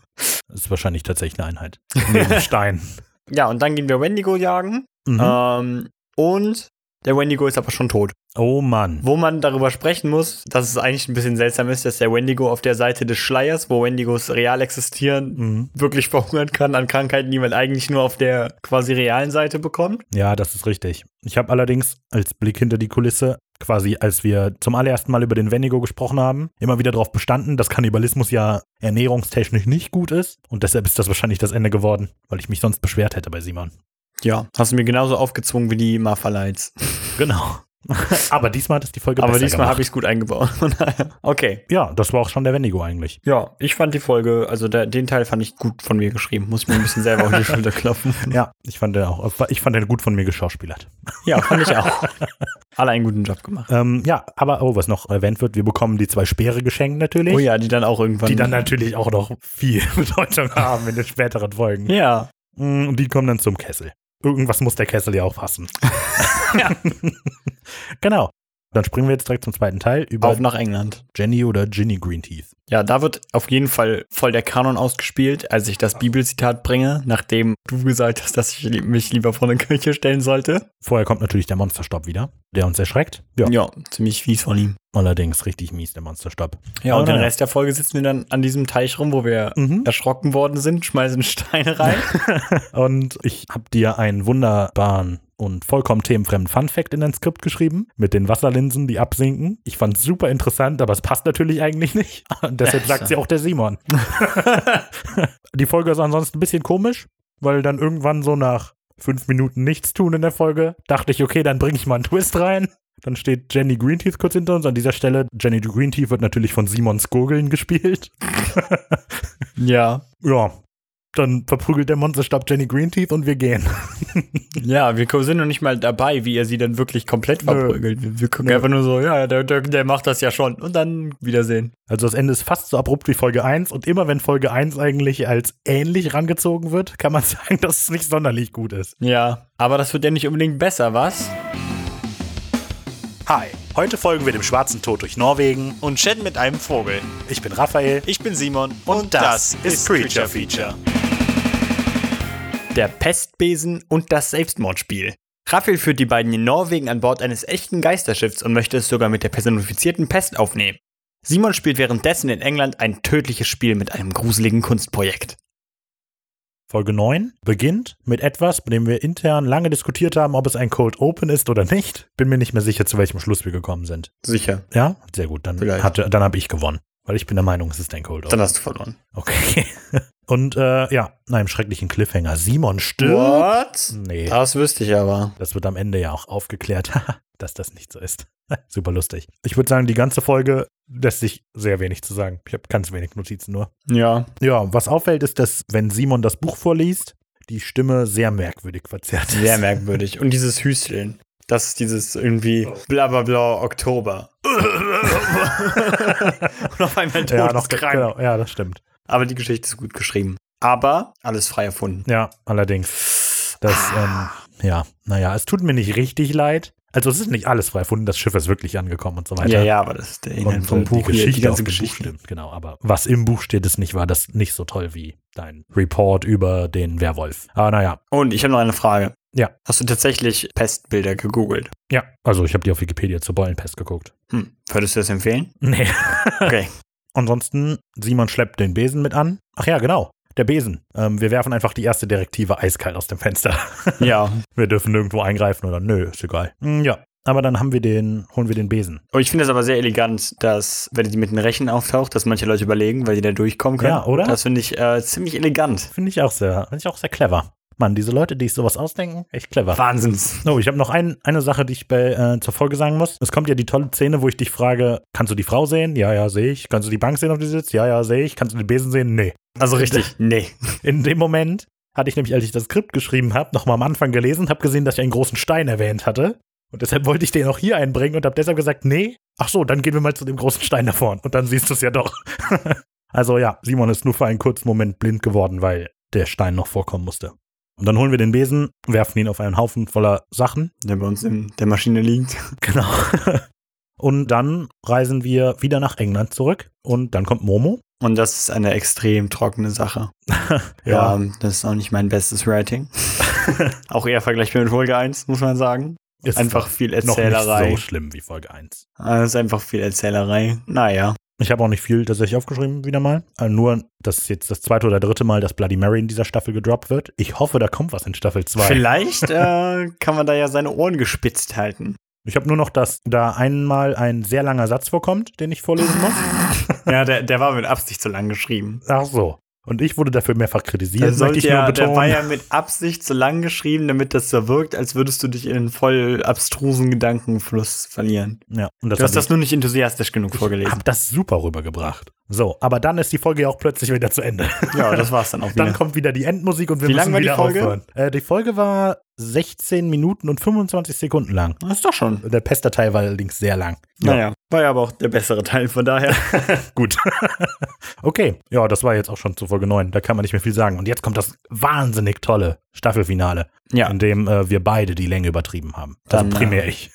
Speaker 2: ist wahrscheinlich tatsächlich eine Einheit.
Speaker 1: [LAUGHS]
Speaker 2: Neben Stein.
Speaker 1: Ja, und dann gehen wir Wendigo jagen.
Speaker 2: Mhm.
Speaker 1: Ähm, und der Wendigo ist aber schon tot.
Speaker 2: Oh Mann.
Speaker 1: Wo man darüber sprechen muss, dass es eigentlich ein bisschen seltsam ist, dass der Wendigo auf der Seite des Schleiers, wo Wendigos real existieren,
Speaker 2: Mhm.
Speaker 1: wirklich verhungern kann an Krankheiten, die man eigentlich nur auf der quasi realen Seite bekommt.
Speaker 2: Ja, das ist richtig. Ich habe allerdings als Blick hinter die Kulisse, quasi als wir zum allerersten Mal über den Wendigo gesprochen haben, immer wieder darauf bestanden, dass Kannibalismus ja ernährungstechnisch nicht gut ist. Und deshalb ist das wahrscheinlich das Ende geworden, weil ich mich sonst beschwert hätte bei Simon.
Speaker 1: Ja, hast du mir genauso aufgezwungen wie die Mafalites.
Speaker 2: Genau. [LAUGHS] Aber diesmal hat es die Folge
Speaker 1: Aber
Speaker 2: besser
Speaker 1: diesmal habe
Speaker 2: gemacht.
Speaker 1: ich es gut eingebaut. Von daher- okay.
Speaker 2: Ja, das war auch schon der Wendigo eigentlich.
Speaker 1: Ja, ich fand die Folge, also der, den Teil fand ich gut von mir geschrieben. Muss ich mir ein bisschen selber auf die Schulter klopfen.
Speaker 2: Ja, ich fand den auch, ich fand den gut von mir geschauspielert.
Speaker 1: Ja, fand ich auch. Alle einen guten Job gemacht.
Speaker 2: Ähm, ja, aber oh, was noch erwähnt wird, wir bekommen die zwei Speere geschenkt natürlich.
Speaker 1: Oh ja, die dann auch irgendwann.
Speaker 2: Die dann halt natürlich auch noch viel [LAUGHS] Bedeutung haben in den späteren Folgen.
Speaker 1: Ja.
Speaker 2: Mm, Und die kommen dann zum Kessel. Irgendwas muss der Kessel ja auch passen.
Speaker 1: Ja.
Speaker 2: [LAUGHS] genau. Dann springen wir jetzt direkt zum zweiten Teil über
Speaker 1: Auf nach England.
Speaker 2: Jenny oder Ginny Greenteeth.
Speaker 1: Ja, da wird auf jeden Fall voll der Kanon ausgespielt, als ich das Bibelzitat bringe, nachdem du gesagt hast, dass ich li- mich lieber vor eine Kirche stellen sollte.
Speaker 2: Vorher kommt natürlich der Monsterstopp wieder, der uns erschreckt. Ja,
Speaker 1: Ja, ziemlich fies von ihm.
Speaker 2: allerdings richtig mies, der Monsterstopp.
Speaker 1: Ja,
Speaker 2: Aber
Speaker 1: und den
Speaker 2: naja.
Speaker 1: Rest der Folge sitzen wir dann an diesem Teich rum, wo wir
Speaker 2: Mhm.
Speaker 1: erschrocken worden sind, schmeißen Steine rein.
Speaker 2: Und ich habe dir einen wunderbaren und vollkommen themenfremden Fun-Fact in dein Skript geschrieben, mit den Wasserlinsen, die absinken. Ich fand super interessant, aber es passt natürlich eigentlich nicht. [LAUGHS] Und deshalb sagt sie auch der Simon. die Folge ist ansonsten ein bisschen komisch, weil dann irgendwann so nach fünf Minuten nichts tun in der Folge, dachte ich, okay, dann bringe ich mal einen Twist rein. Dann steht Jenny Greenteeth kurz hinter uns an dieser Stelle. Jenny Greenteeth wird natürlich von Simon Skogeln gespielt.
Speaker 1: ja.
Speaker 2: Ja, dann verprügelt der Monsterstab Jenny Greenteeth und wir gehen.
Speaker 1: Ja, wir ko- sind noch nicht mal dabei, wie er sie dann wirklich komplett verprügelt. Wir, wir gucken einfach nur so, ja, der, der, der macht das ja schon. Und dann Wiedersehen.
Speaker 2: Also das Ende ist fast so abrupt wie Folge 1 und immer wenn Folge 1 eigentlich als ähnlich rangezogen wird, kann man [LAUGHS] sagen, dass es nicht sonderlich gut ist.
Speaker 1: Ja, aber das wird ja nicht unbedingt besser, was?
Speaker 2: Hi, heute folgen wir dem schwarzen Tod durch Norwegen.
Speaker 3: Und chatten mit einem Vogel.
Speaker 2: Ich bin Raphael.
Speaker 3: Ich bin Simon und,
Speaker 2: Feature.
Speaker 1: Der Pestbesen und das Selbstmordspiel. Raphael führt die beiden in Norwegen an Bord eines echten Geisterschiffs und möchte es sogar mit der personifizierten Pest aufnehmen. Simon spielt währenddessen in England ein tödliches Spiel mit einem gruseligen Kunstprojekt.
Speaker 2: Folge 9 beginnt mit etwas, bei dem wir intern lange diskutiert haben, ob es ein Cold Open ist oder nicht. Bin mir nicht mehr sicher, zu welchem Schluss wir gekommen sind.
Speaker 1: Sicher,
Speaker 2: Ja, sehr gut, dann,
Speaker 1: Vielleicht.
Speaker 2: hatte- dann habe ich gewonnen. Weil ich bin der Meinung, es ist ein Cold Open.
Speaker 1: hast du verloren.
Speaker 2: Okay. [LAUGHS] Und äh, ja, in einem schrecklichen Cliffhanger. Simon stirbt.
Speaker 1: What?
Speaker 2: Nee.
Speaker 1: Das wüsste ich aber.
Speaker 2: Das wird am Ende ja auch aufgeklärt, [LAUGHS] dass das nicht so ist. [LAUGHS] Super lustig. Ich würde sagen, die ganze Folge lässt sich sehr wenig zu sagen. Ich habe ganz wenig Notizen nur.
Speaker 1: Ja.
Speaker 2: Ja, was auffällt, ist, dass, wenn Simon das Buch vorliest, die Stimme sehr merkwürdig verzerrt ist.
Speaker 1: Sehr merkwürdig. Und dieses Hüsteln. Das ist dieses irgendwie bla bla bla Oktober. Und [LAUGHS] auf einmal
Speaker 2: [LAUGHS] ja, noch,
Speaker 1: todeskrank.
Speaker 2: genau, ja, das stimmt.
Speaker 1: Aber die Geschichte ist gut geschrieben. Aber alles frei erfunden. Ah.
Speaker 2: Ja, allerdings. Das, ähm, ja, naja, es tut mir nicht richtig leid. Also, es ist nicht alles frei erfunden. Das Schiff ist wirklich angekommen und so weiter.
Speaker 1: Ja, ja, aber das ist der
Speaker 2: Und
Speaker 1: Inhalt
Speaker 2: vom
Speaker 1: vom
Speaker 2: Buch
Speaker 1: Buch, hier, die
Speaker 2: Geschichte auf
Speaker 1: ganze
Speaker 2: dem Buch
Speaker 1: Geschichte.
Speaker 2: stimmt, genau. Aber was im Buch steht, ist nicht, war das nicht so toll wie dein Report über den Werwolf. Aber naja,
Speaker 1: Und ich habe noch eine Frage.
Speaker 2: Ja.
Speaker 1: Hast du tatsächlich Pestbilder gegoogelt?
Speaker 2: ja. Also ich habe die auf Wikipedia zur Beulenpest geguckt. [LAUGHS]
Speaker 1: Hm. Würdest du das [LAUGHS] empfehlen?
Speaker 2: Nee.
Speaker 1: Okay.
Speaker 2: Ansonsten, Simon schleppt den Besen mit an. Ach ja, genau. Der Besen. Ähm, wir werfen einfach die erste Direktive eiskalt aus dem Fenster. [LAUGHS]
Speaker 1: ja.
Speaker 2: Wir dürfen nirgendwo eingreifen oder nö, ist egal. Mm, ja. Aber dann haben wir den, holen wir den Besen.
Speaker 1: Aber ich finde das aber sehr elegant, dass, wenn die mit den Rechen auftaucht, dass manche Leute überlegen, weil die da durchkommen können.
Speaker 2: Ja, oder?
Speaker 1: Das finde ich äh, ziemlich elegant.
Speaker 2: Finde ich auch sehr, finde ich auch sehr clever. Mann, diese Leute, die sich sowas ausdenken, echt clever.
Speaker 1: Wahnsinns.
Speaker 2: Oh, ich habe noch ein, eine Sache, die ich bei, äh, zur Folge sagen muss. Es kommt ja die tolle Szene, wo ich dich frage, kannst du die Frau sehen? Ja, ja, sehe ich. Kannst du die Bank sehen, auf die sie sitzt? Ja, ja, sehe ich. Kannst du den Besen sehen? Nee.
Speaker 1: Also richtig, [LAUGHS] nee.
Speaker 2: In dem Moment hatte ich nämlich, als ich das Skript geschrieben habe, nochmal am Anfang gelesen, habe gesehen, dass ich einen großen Stein erwähnt hatte. Und deshalb wollte ich den auch hier einbringen und habe deshalb gesagt, nee. Ach so, dann gehen wir mal zu dem großen Stein da vorn. Und dann siehst du es ja doch. [LAUGHS] Also ja, Simon ist nur für einen kurzen Moment blind geworden, weil der Stein noch vorkommen musste. Und dann holen wir den Besen, werfen ihn auf einen Haufen voller Sachen. [LAUGHS]
Speaker 1: Der bei uns in der Maschine liegt.
Speaker 2: Genau. Und dann reisen wir wieder nach England zurück. Und dann kommt Momo.
Speaker 1: Und das ist eine extrem trockene Sache. Ähm, das ist auch nicht mein bestes [LAUGHS] Writing. auch eher vergleichbar mit Folge 1, muss man sagen.
Speaker 2: ist
Speaker 1: Einfach viel
Speaker 2: noch nicht
Speaker 1: Erzählerei.
Speaker 2: so schlimm wie Folge 1.
Speaker 1: Ah, Das ist einfach viel Erzählerei. Naja.
Speaker 2: Ich habe auch nicht viel tatsächlich aufgeschrieben, wieder mal. Äh, Nur, dass jetzt das zweite oder dritte Mal, dass Bloody Mary in dieser Staffel gedroppt wird. Ich hoffe, da kommt was in Staffel
Speaker 1: [LAUGHS]
Speaker 2: 2.
Speaker 1: Vielleicht äh, kann man da ja seine Ohren gespitzt halten.
Speaker 2: Ich habe nur noch, dass da einmal ein sehr langer Satz vorkommt, den ich vorlesen
Speaker 1: [LAUGHS]
Speaker 2: muss.
Speaker 1: Ja, der, der war mit Absicht zu lang geschrieben.
Speaker 2: Ach so. Und ich wurde dafür mehrfach kritisiert,
Speaker 1: Der,
Speaker 2: das möchte ich nur
Speaker 1: ja, der war
Speaker 2: betonen.
Speaker 1: ja mit Absicht zu lang geschrieben, damit das so wirkt, als würdest du dich in einen voll abstrusen Gedankenfluss verlieren.
Speaker 2: Ja, und das
Speaker 1: Du hast
Speaker 2: hab
Speaker 1: das nur nicht enthusiastisch genug
Speaker 2: ich
Speaker 1: vorgelesen.
Speaker 2: hab das super rübergebracht. So, aber dann ist die Folge ja auch plötzlich wieder
Speaker 1: [LAUGHS]
Speaker 2: zu Ende.
Speaker 1: Ja, das war's dann auch
Speaker 2: Dann
Speaker 1: wieder.
Speaker 2: kommt wieder die Endmusik und wir
Speaker 1: Wie lang
Speaker 2: müssen
Speaker 1: war die
Speaker 2: wieder
Speaker 1: Folge?
Speaker 2: aufhören. Äh, die Folge war 16 Minuten und 25 Sekunden lang.
Speaker 1: Das ist doch schon.
Speaker 2: Der Pester-Teil war allerdings sehr lang. Ja.
Speaker 1: Naja, war ja aber auch der bessere Teil, von daher.
Speaker 2: Gut. [LAUGHS] okay. Ja, das war jetzt auch schon zu Folge 9. Da kann man nicht mehr viel sagen. Und jetzt kommt das wahnsinnig tolle Staffelfinale,
Speaker 1: Ja,
Speaker 2: in dem äh, wir beide die Länge übertrieben haben.
Speaker 1: Dann,
Speaker 2: also
Speaker 1: äh,
Speaker 2: primär ich.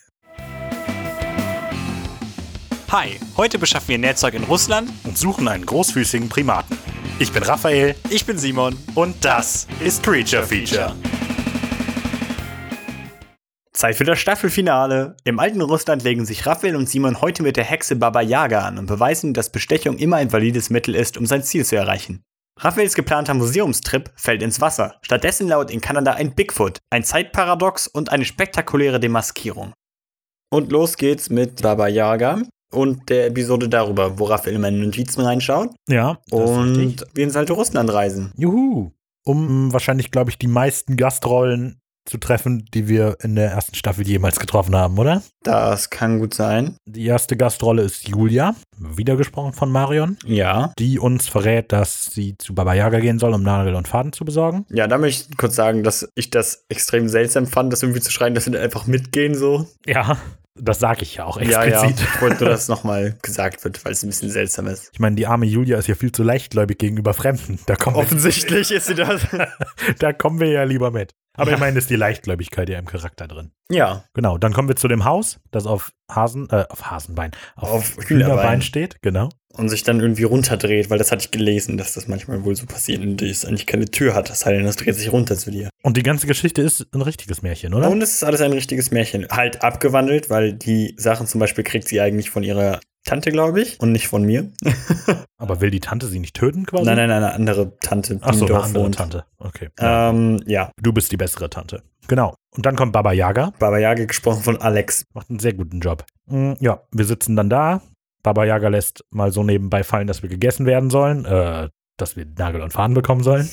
Speaker 3: Hi, heute beschaffen wir Nährzeug in Russland.
Speaker 2: Und suchen einen großfüßigen Primaten. Ich bin Raphael
Speaker 3: Ich bin Simon.
Speaker 2: und das ist Creature Feature.
Speaker 1: Zeit für das Staffelfinale. Im alten Russland legen sich Raphael und Simon heute mit der Hexe Baba Yaga an und beweisen, dass Bestechung immer ein valides Mittel ist, um sein Ziel zu erreichen. Raphaels geplanter Museumstrip fällt ins Wasser. Stattdessen lautet in Kanada ein Bigfoot, ein Zeitparadox und eine spektakuläre Demaskierung. Und los geht's mit Baba Yaga und der Episode darüber, wo Raphael in meine Notizen reinschaut
Speaker 2: Ja. das ist richtig.
Speaker 1: und wir ins alte Russland reisen.
Speaker 2: Juhu. Um mh, wahrscheinlich, glaube ich, die meisten Gastrollen zu treffen, die wir in der ersten Staffel jemals getroffen haben, oder?
Speaker 1: Das kann gut sein.
Speaker 2: Die erste Gastrolle ist Julia, wiedergesprochen von Marion,
Speaker 1: Ja.
Speaker 2: die uns verrät, dass sie zu Baba Yaga gehen soll, um Nagel und Faden zu besorgen.
Speaker 1: Ja, da möchte ich kurz sagen, dass ich das extrem seltsam fand, das irgendwie zu schreien, dass wir da einfach mitgehen so.
Speaker 2: Ja. Das sage ich ja auch
Speaker 1: Ja, ja.
Speaker 2: explizit.
Speaker 1: Ich wollte nur, dass nochmal gesagt wird, weil es ein bisschen seltsam ist.
Speaker 2: Ich meine, die arme Julia ist ja viel zu leichtgläubig gegenüber Fremden. Da kommen, wir,
Speaker 1: Offensichtlich ist sie das.
Speaker 2: da kommen wir ja lieber mit. Aber
Speaker 1: Ja.
Speaker 2: ich meine, ist die Leichtgläubigkeit ja im Charakter drin.
Speaker 1: [LAUGHS] ja.
Speaker 2: Genau, dann kommen wir zu dem Haus, das auf Hasen, äh, auf Hasenbein,
Speaker 1: Auf
Speaker 2: auf,
Speaker 1: Hühnerbein.
Speaker 2: Hühnerbein steht, genau.
Speaker 1: Und sich dann irgendwie runterdreht, weil das hatte ich gelesen, dass das manchmal wohl so passiert und es eigentlich keine Tür hat. Das heißt, das dreht sich runter zu dir.
Speaker 2: Und die ganze Geschichte ist ein richtiges Märchen, oder?
Speaker 1: Und es ist alles ein richtiges Märchen. Halt abgewandelt, weil die Sachen zum Beispiel kriegt sie eigentlich von ihrer Tante, glaube ich, und nicht von mir. Also
Speaker 2: Aber will die Tante sie nicht töten quasi?
Speaker 1: Nein, nein, nein, eine andere Tante, die
Speaker 2: Ach
Speaker 1: im
Speaker 2: so, eine
Speaker 1: Dorf
Speaker 2: andere
Speaker 1: wohnt.
Speaker 2: Tante. Okay.
Speaker 1: Ähm, ja,
Speaker 2: du bist die bessere Tante. Genau. Und dann kommt Baba Yaga,
Speaker 1: Baba Yaga gesprochen von Alex.
Speaker 2: macht einen sehr guten Job. Mm, ja, wir sitzen dann da. Baba Yaga lässt mal so nebenbei fallen, dass wir gegessen werden sollen, äh, dass wir Nagel und Faden bekommen sollen.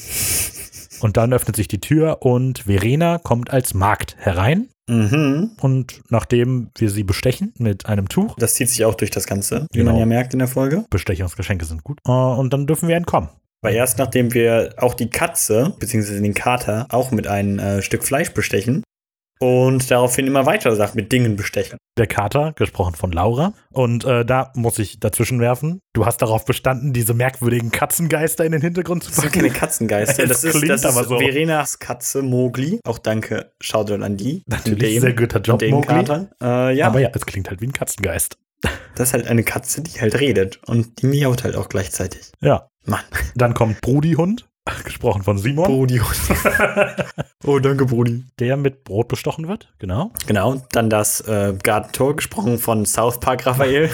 Speaker 2: Und dann öffnet sich die Tür und Verena kommt als Magd herein.
Speaker 1: Mhm.
Speaker 2: Und nachdem wir sie bestechen mit einem Tuch,
Speaker 1: Das zieht sich auch durch das Ganze, wie
Speaker 2: Genau.
Speaker 1: man ja merkt in der Folge.
Speaker 2: Bestechungsgeschenke sind gut, äh, und dann dürfen wir entkommen.
Speaker 1: Weil erst nachdem wir auch die Katze, beziehungsweise den Kater, auch mit einem äh, Stück Fleisch bestechen und daraufhin immer weitere Sachen mit Dingen bestechen.
Speaker 2: Der Kater, gesprochen von Laura. Und äh, da muss ich dazwischen werfen. Du hast darauf bestanden, diese merkwürdigen Katzengeister in den Hintergrund zu
Speaker 1: Das sind
Speaker 2: packen.
Speaker 1: keine Katzengeister.
Speaker 2: Es
Speaker 1: Das ist,
Speaker 2: klingt
Speaker 1: das ist
Speaker 2: aber so.
Speaker 1: Verenas Katze Mogli. Auch danke, Shoutout an die.
Speaker 2: Natürlich sehr guter Job,
Speaker 1: den
Speaker 2: Mowgli.
Speaker 1: Kater. Äh, ja,
Speaker 2: Aber ja, es klingt halt wie ein Katzengeist.
Speaker 1: das ist halt eine Katze, die halt redet und die miaut halt auch gleichzeitig.
Speaker 2: Ja.
Speaker 1: Mann.
Speaker 2: Dann kommt Brudi-Hund, [LAUGHS] gesprochen von Simon, [LAUGHS]
Speaker 1: Brudi. oh, danke, Brudi.
Speaker 2: der mit Brot bestochen wird.
Speaker 1: [LAUGHS]
Speaker 2: Genau.
Speaker 1: Genau, dann das äh, Gartentor, gesprochen von South Park Raphael.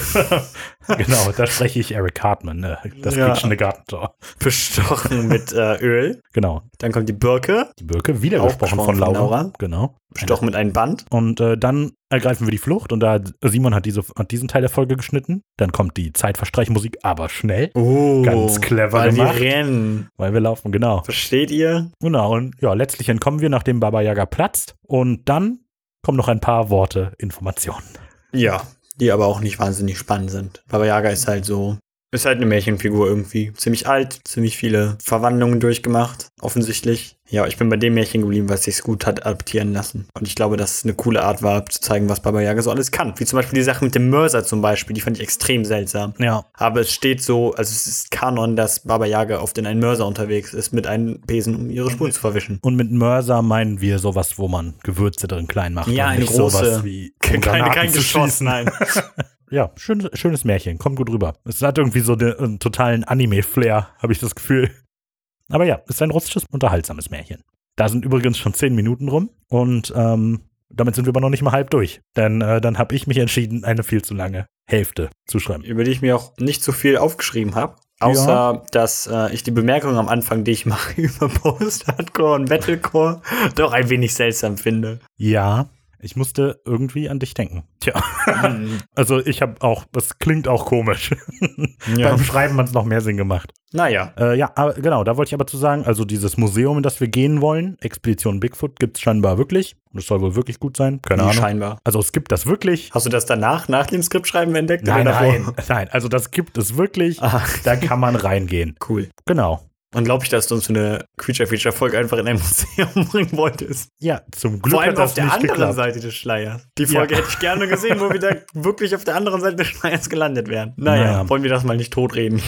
Speaker 2: Genau, da spreche ich Eric Hartman, ne? das
Speaker 1: Ja.
Speaker 2: quietschende Gartentor.
Speaker 1: bestochen mit äh, Öl.
Speaker 2: Genau.
Speaker 1: Dann kommt die Birke,
Speaker 2: Die Birke, wieder
Speaker 1: Auch
Speaker 2: gesprochen von
Speaker 1: gesprochen
Speaker 2: Laura.
Speaker 1: von Laura.
Speaker 2: Genau.
Speaker 1: bestochen mit einem Band.
Speaker 2: Und äh, dann ergreifen wir die Flucht und da Simon hat, diese, hat diesen Teil der Folge geschnitten. Dann kommt die Zeitverstreichmusik, aber schnell,
Speaker 1: Oh,
Speaker 2: Ganz clever
Speaker 1: Weil
Speaker 2: gemacht.
Speaker 1: wir rennen.
Speaker 2: weil wir laufen, genau.
Speaker 1: Versteht ihr?
Speaker 2: Genau, und ja, letztlich entkommen wir, nachdem Baba Yaga platzt. Und dann kommen noch ein paar Worte, Informationen.
Speaker 1: Ja. Die aber auch nicht wahnsinnig spannend sind. Baba Yaga ist halt so Ist halt eine Märchenfigur irgendwie. Ziemlich alt, ziemlich viele Verwandlungen durchgemacht, offensichtlich. Ja, ich bin bei dem Märchen geblieben, was sich's gut hat adaptieren lassen. Und ich glaube, dass es eine coole Art war, zu zeigen, was Baba Yaga so alles kann. Wie zum Beispiel die Sache mit dem Mörser zum Beispiel, die fand ich extrem seltsam.
Speaker 2: Ja.
Speaker 1: Aber es steht so, also es ist Kanon, dass Baba Yaga oft in einen Mörser unterwegs ist, mit einem Besen, um ihre Spuren zu verwischen.
Speaker 2: Und mit Mörser meinen wir sowas, wo man Gewürze drin klein macht.
Speaker 1: Ja,
Speaker 2: und
Speaker 1: eine
Speaker 2: nicht
Speaker 1: große-
Speaker 2: Sowas wie, um
Speaker 1: Keine,
Speaker 2: Granaten
Speaker 1: kein
Speaker 2: zu
Speaker 1: Geschoss,
Speaker 2: schießen.
Speaker 1: nein.
Speaker 2: Ja, schönes, schönes Märchen, kommt gut rüber. Es hat irgendwie so den, einen totalen Anime-Flair, habe ich das Gefühl. Aber ja, ist ein russisches, unterhaltsames Märchen. Da sind übrigens schon zehn Minuten rum und ähm, damit sind wir aber noch nicht mal halb durch. Denn äh, dann habe ich mich entschieden, eine viel zu lange Hälfte zu
Speaker 1: [LAUGHS]
Speaker 2: schreiben.
Speaker 1: über die ich mir auch nicht so viel aufgeschrieben habe. Außer, dass äh, ich die Bemerkung am Anfang, die ich mache [LAUGHS] über Post-Hardcore und Metalcore, doch ein wenig seltsam finde.
Speaker 2: Ja, ich musste irgendwie an dich denken. Tja, also ich habe auch, das klingt auch komisch. Beim Schreiben hat es noch mehr Sinn gemacht.
Speaker 1: Naja.
Speaker 2: Äh, ja, aber, genau, da wollte ich aber zu sagen, also dieses Museum, in das wir gehen wollen, Expedition Bigfoot, gibt es scheinbar wirklich. Und es soll wohl wirklich gut sein.
Speaker 1: Wie
Speaker 2: Keine Ahnung.
Speaker 1: scheinbar.
Speaker 2: Also es gibt das wirklich.
Speaker 1: Hast du das danach, nach dem Skriptschreiben entdeckt?
Speaker 2: Nein,
Speaker 1: oder davor?
Speaker 2: nein, [LAUGHS] nein, also das gibt es wirklich.
Speaker 1: [LAUGHS] Ah,
Speaker 2: Da kann man reingehen.
Speaker 1: cool.
Speaker 2: Genau.
Speaker 1: Und glaube ich, dass du uns für eine Creature-Feature-Folge einfach in ein Museum [LAUGHS] bringen wolltest.
Speaker 2: Ja, zum Glück
Speaker 1: Vor allem
Speaker 2: hat das
Speaker 1: auf der
Speaker 2: nicht
Speaker 1: anderen
Speaker 2: geklappt.
Speaker 1: Seite des Schleiers. Die Folge hätte ich gerne gesehen, wo wir [LAUGHS] da wirklich auf der anderen Seite des Schleiers gelandet wären. Naja,
Speaker 2: Naja.
Speaker 1: wollen wir das mal nicht totreden.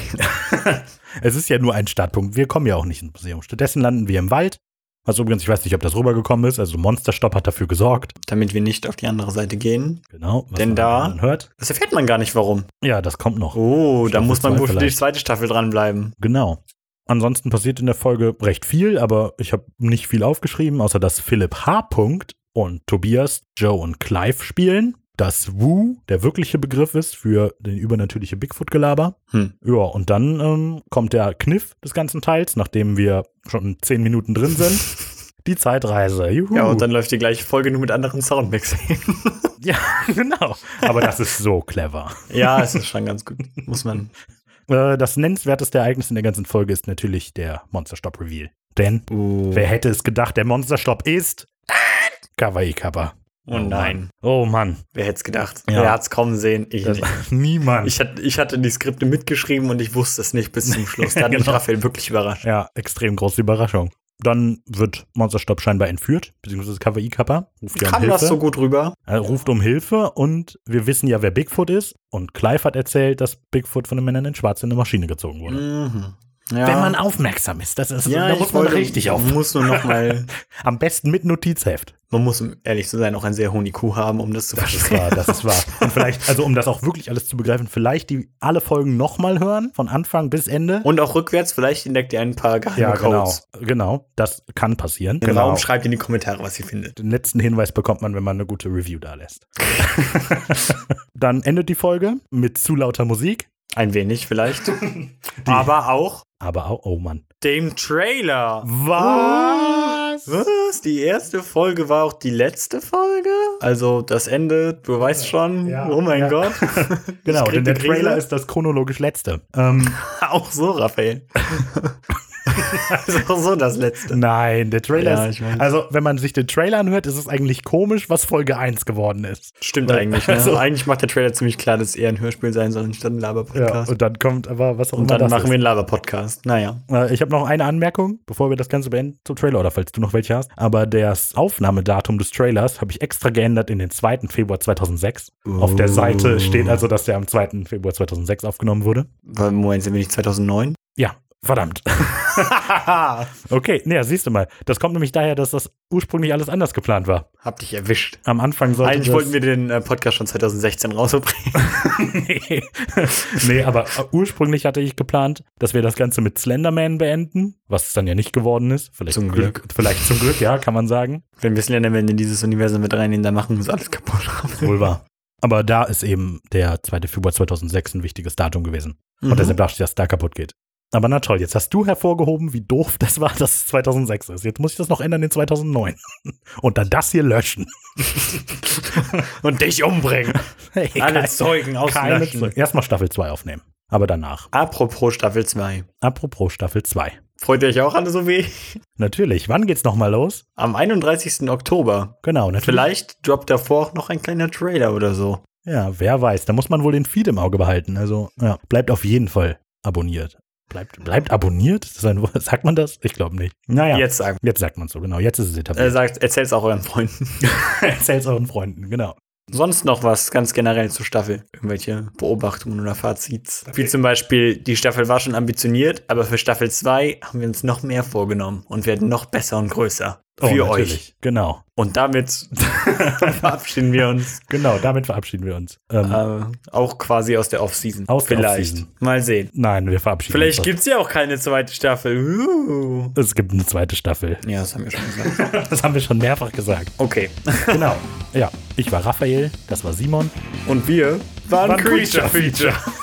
Speaker 2: Es ist ja nur ein Startpunkt. Wir kommen ja auch nicht ins Museum. Stattdessen landen wir im Wald. Also übrigens, ich weiß nicht, ob das rübergekommen ist. Also Monsterstopp hat dafür gesorgt.
Speaker 1: Damit wir nicht auf die andere Seite gehen.
Speaker 2: Genau. was
Speaker 1: Denn
Speaker 2: man
Speaker 1: da-
Speaker 2: dann hört.
Speaker 1: Das erfährt man gar nicht, warum.
Speaker 2: Ja, das kommt noch.
Speaker 1: Oh, da
Speaker 2: Staffel
Speaker 1: muss man
Speaker 2: zwei
Speaker 1: wohl für die
Speaker 2: vielleicht.
Speaker 1: zweite Staffel dranbleiben.
Speaker 2: Genau. Ansonsten passiert in der Folge recht viel, aber ich habe nicht viel aufgeschrieben, außer dass Philipp H. Punkt und Tobias, Joe und Clive spielen. Dass Wu der wirkliche Begriff ist für den übernatürliche Bigfoot-Gelaber.
Speaker 1: Hm.
Speaker 2: Ja, und dann ähm, kommt der Kniff des ganzen Teils, nachdem wir schon zehn Minuten
Speaker 1: [LAUGHS]
Speaker 2: drin sind. Die Zeitreise. Juhu.
Speaker 1: Ja, und dann läuft die gleiche Folge nur mit anderen Soundmix. [LAUGHS]
Speaker 2: ja, [LAUGHS] genau. Aber das ist so clever.
Speaker 1: ja, es ist schon ganz gut. Muss man.
Speaker 2: Äh, das nennenswerteste Ereignis in der ganzen Folge ist natürlich der Monster-Stop-Reveal. Denn
Speaker 1: Oh,
Speaker 2: Wer hätte es gedacht, der Monsterstopp ist Kawaii Kappa.
Speaker 1: oh nein.
Speaker 2: Oh Mann,
Speaker 1: Wer hätte es gedacht?
Speaker 2: Ja.
Speaker 1: Wer hat es kommen sehen? Ich, nicht.
Speaker 2: niemand.
Speaker 1: ich, hatte, ich hatte die Skripte mitgeschrieben und ich wusste es nicht [LAUGHS] bis zum Schluss. Da hat mich
Speaker 2: Genau.
Speaker 1: Raphael wirklich überrascht.
Speaker 2: ja, extrem große Überraschung. Dann wird Monsterstopp scheinbar entführt, beziehungsweise Kawaii Kappa ruft, ja um
Speaker 1: Kam das
Speaker 2: Hilfe,
Speaker 1: so gut rüber?
Speaker 2: äh, ruft um Hilfe und wir wissen ja, wer Bigfoot ist. Und Clive hat erzählt, dass Bigfoot von den Männern in Schwarz in eine Maschine gezogen wurde.
Speaker 1: Mhm. Ja.
Speaker 2: Wenn man aufmerksam ist, das ist,
Speaker 1: ja,
Speaker 2: da
Speaker 1: ich
Speaker 2: muss man
Speaker 1: wollte-
Speaker 2: richtig auf.
Speaker 1: Muss nur noch mal,
Speaker 2: Am besten mit Notizheft.
Speaker 1: man muss, um ehrlich zu sein, auch einen sehr hohen IQ haben, um das zu
Speaker 2: Das ist
Speaker 1: verstehen.
Speaker 2: wahr, das ist wahr. Und vielleicht, also um das auch wirklich alles zu begreifen, vielleicht die alle Folgen nochmal hören, von Anfang bis Ende.
Speaker 1: Und auch rückwärts, vielleicht entdeckt ihr ein paar geheime
Speaker 2: ja, genau.
Speaker 1: Codes.
Speaker 2: Genau, das kann passieren.
Speaker 1: Den
Speaker 2: genau.
Speaker 1: Raum schreibt in die Kommentare, was ihr findet.
Speaker 2: Den letzten Hinweis bekommt man, wenn man eine gute Review
Speaker 1: [LAUGHS]
Speaker 2: da lässt. Dann endet die Folge mit zu lauter Musik,
Speaker 1: Ein wenig
Speaker 2: [LAUGHS]
Speaker 1: vielleicht. Aber auch
Speaker 2: aber auch, oh Mann.
Speaker 1: dem Trailer.
Speaker 2: Was?
Speaker 1: Was? Die erste Folge war auch die letzte Folge? Also das Ende, du weißt schon.
Speaker 2: Ja.
Speaker 1: oh mein
Speaker 2: Ja.
Speaker 1: Gott. [LAUGHS]
Speaker 2: Genau,
Speaker 1: Ich krieg
Speaker 2: denn der
Speaker 1: die Krise.
Speaker 2: Trailer ist das chronologisch letzte.
Speaker 1: [LAUGHS]
Speaker 2: Ähm,
Speaker 1: auch so, Raphael. [LAUGHS] ist auch so das letzte.
Speaker 2: nein, der Trailer
Speaker 1: Ja,
Speaker 2: ist.
Speaker 1: ich weiß.
Speaker 2: Also, wenn man sich den Trailer anhört, ist es eigentlich komisch, was Folge 1 geworden ist.
Speaker 1: Stimmt eigentlich. Ne?
Speaker 2: [LAUGHS] Also-
Speaker 1: Also, eigentlich macht der Trailer ziemlich klar, dass es eher ein Hörspiel sein soll, anstatt ein
Speaker 2: Ja,
Speaker 1: Laber-Podcast.
Speaker 2: und dann kommt aber was auch
Speaker 1: und
Speaker 2: immer
Speaker 1: dann
Speaker 2: das
Speaker 1: machen
Speaker 2: ist.
Speaker 1: wir einen Laber-Podcast. Naja.
Speaker 2: Äh, Ich habe noch eine Anmerkung, bevor wir das Ganze beenden zum Trailer oder falls du noch welche hast. Aber das Aufnahmedatum des Trailers habe ich extra geändert in den 2. Februar 2006. Auf der
Speaker 1: Oh.
Speaker 2: Seite steht also, dass der am 2. Februar 2006 aufgenommen wurde.
Speaker 1: Weil, Moment, sind wir nicht
Speaker 2: [LAUGHS]
Speaker 1: 2009?
Speaker 2: Ja, verdammt. [LAUGHS]
Speaker 1: Hab
Speaker 2: Okay, naja, siehst du mal. Das kommt nämlich daher, dass das ursprünglich alles anders geplant war.
Speaker 1: dich erwischt.
Speaker 2: Am Anfang sollte
Speaker 1: Eigentlich
Speaker 2: das [LAUGHS]
Speaker 1: wollten wir den äh, Podcast schon 2016 rausbringen.
Speaker 2: nee. nee, aber äh, ursprünglich hatte ich geplant, dass wir das Ganze mit Slenderman beenden, was es dann ja nicht geworden ist. Vielleicht
Speaker 1: Zum
Speaker 2: Vielleicht zum Glück, ja, kann man sagen.
Speaker 1: Wenn wir Slenderman in dieses Universum mit reinnehmen, dann machen wir uns alles kaputt.
Speaker 2: Wohl wahr. Aber da ist eben der 2. Februar 2006 ein wichtiges Datum gewesen. [LAUGHS] Und
Speaker 1: Mhm.
Speaker 2: deshalb dachte ich, dass da kaputt geht. Aber na toll, jetzt hast du hervorgehoben, wie doof das war, dass es 2006 ist. Jetzt muss ich das noch ändern in 2009. [LAUGHS] Und dann das hier löschen. [LAUGHS]
Speaker 1: Und dich umbringen.
Speaker 2: Hey,
Speaker 1: Alle
Speaker 2: kein-
Speaker 1: Zeugen
Speaker 2: keine
Speaker 1: auslöschen.
Speaker 2: Zeugen. Erstmal Staffel 2 aufnehmen. Aber danach.
Speaker 1: Apropos Staffel 2.
Speaker 2: Apropos Staffel 2.
Speaker 1: Freut ihr euch auch alle so weh?
Speaker 2: Natürlich, wann geht's nochmal los?
Speaker 1: Am 31. Oktober.
Speaker 2: Genau, natürlich.
Speaker 1: Vielleicht droppt davor auch noch ein kleiner Trailer oder so.
Speaker 2: Ja, wer weiß. Da muss man wohl den Feed im Auge behalten. Also, ja, bleibt auf jeden Fall abonniert. Bleibt, bleibt abonniert? Ist das ein, Wort? [LAUGHS] sagt man das? Ich glaube nicht. Naja,
Speaker 1: Jetzt
Speaker 2: jetzt,
Speaker 1: sagen.
Speaker 2: sagt man so, genau. Jetzt ist es
Speaker 1: Äh,
Speaker 2: etabliert.
Speaker 1: sagt, erzähl's auch euren Freunden.
Speaker 2: [LAUGHS]
Speaker 1: [LAUGHS]
Speaker 2: Erzähl's euren Freunden, genau.
Speaker 1: Sonst noch was ganz generell zur Staffel. Irgendwelche Beobachtungen oder Fazits. Wie zum Beispiel, die Staffel war schon ambitioniert, aber für Staffel 2 haben wir uns noch mehr vorgenommen und werden noch besser und größer.
Speaker 2: Oh,
Speaker 1: Für euch.
Speaker 2: natürlich. Genau.
Speaker 1: Und damit [LAUGHS] verabschieden wir uns.
Speaker 2: Genau, damit verabschieden wir uns. Ähm,
Speaker 1: Äh, auch quasi aus der Off-Season.
Speaker 2: Aus der
Speaker 1: Vielleicht.
Speaker 2: Off-Season.
Speaker 1: Mal sehen.
Speaker 2: nein, wir verabschieden
Speaker 1: Vielleicht
Speaker 2: uns.
Speaker 1: gibt's ja auch keine zweite Staffel. Uh.
Speaker 2: Es gibt eine zweite Staffel.
Speaker 1: Ja, das haben wir schon
Speaker 2: [LAUGHS]
Speaker 1: gesagt.
Speaker 2: Das haben wir schon mehrfach gesagt.
Speaker 1: Okay.
Speaker 2: Genau. Ja, ich war Raphael, das war Simon.
Speaker 1: Und wir waren
Speaker 2: Creature
Speaker 1: Creature Feature.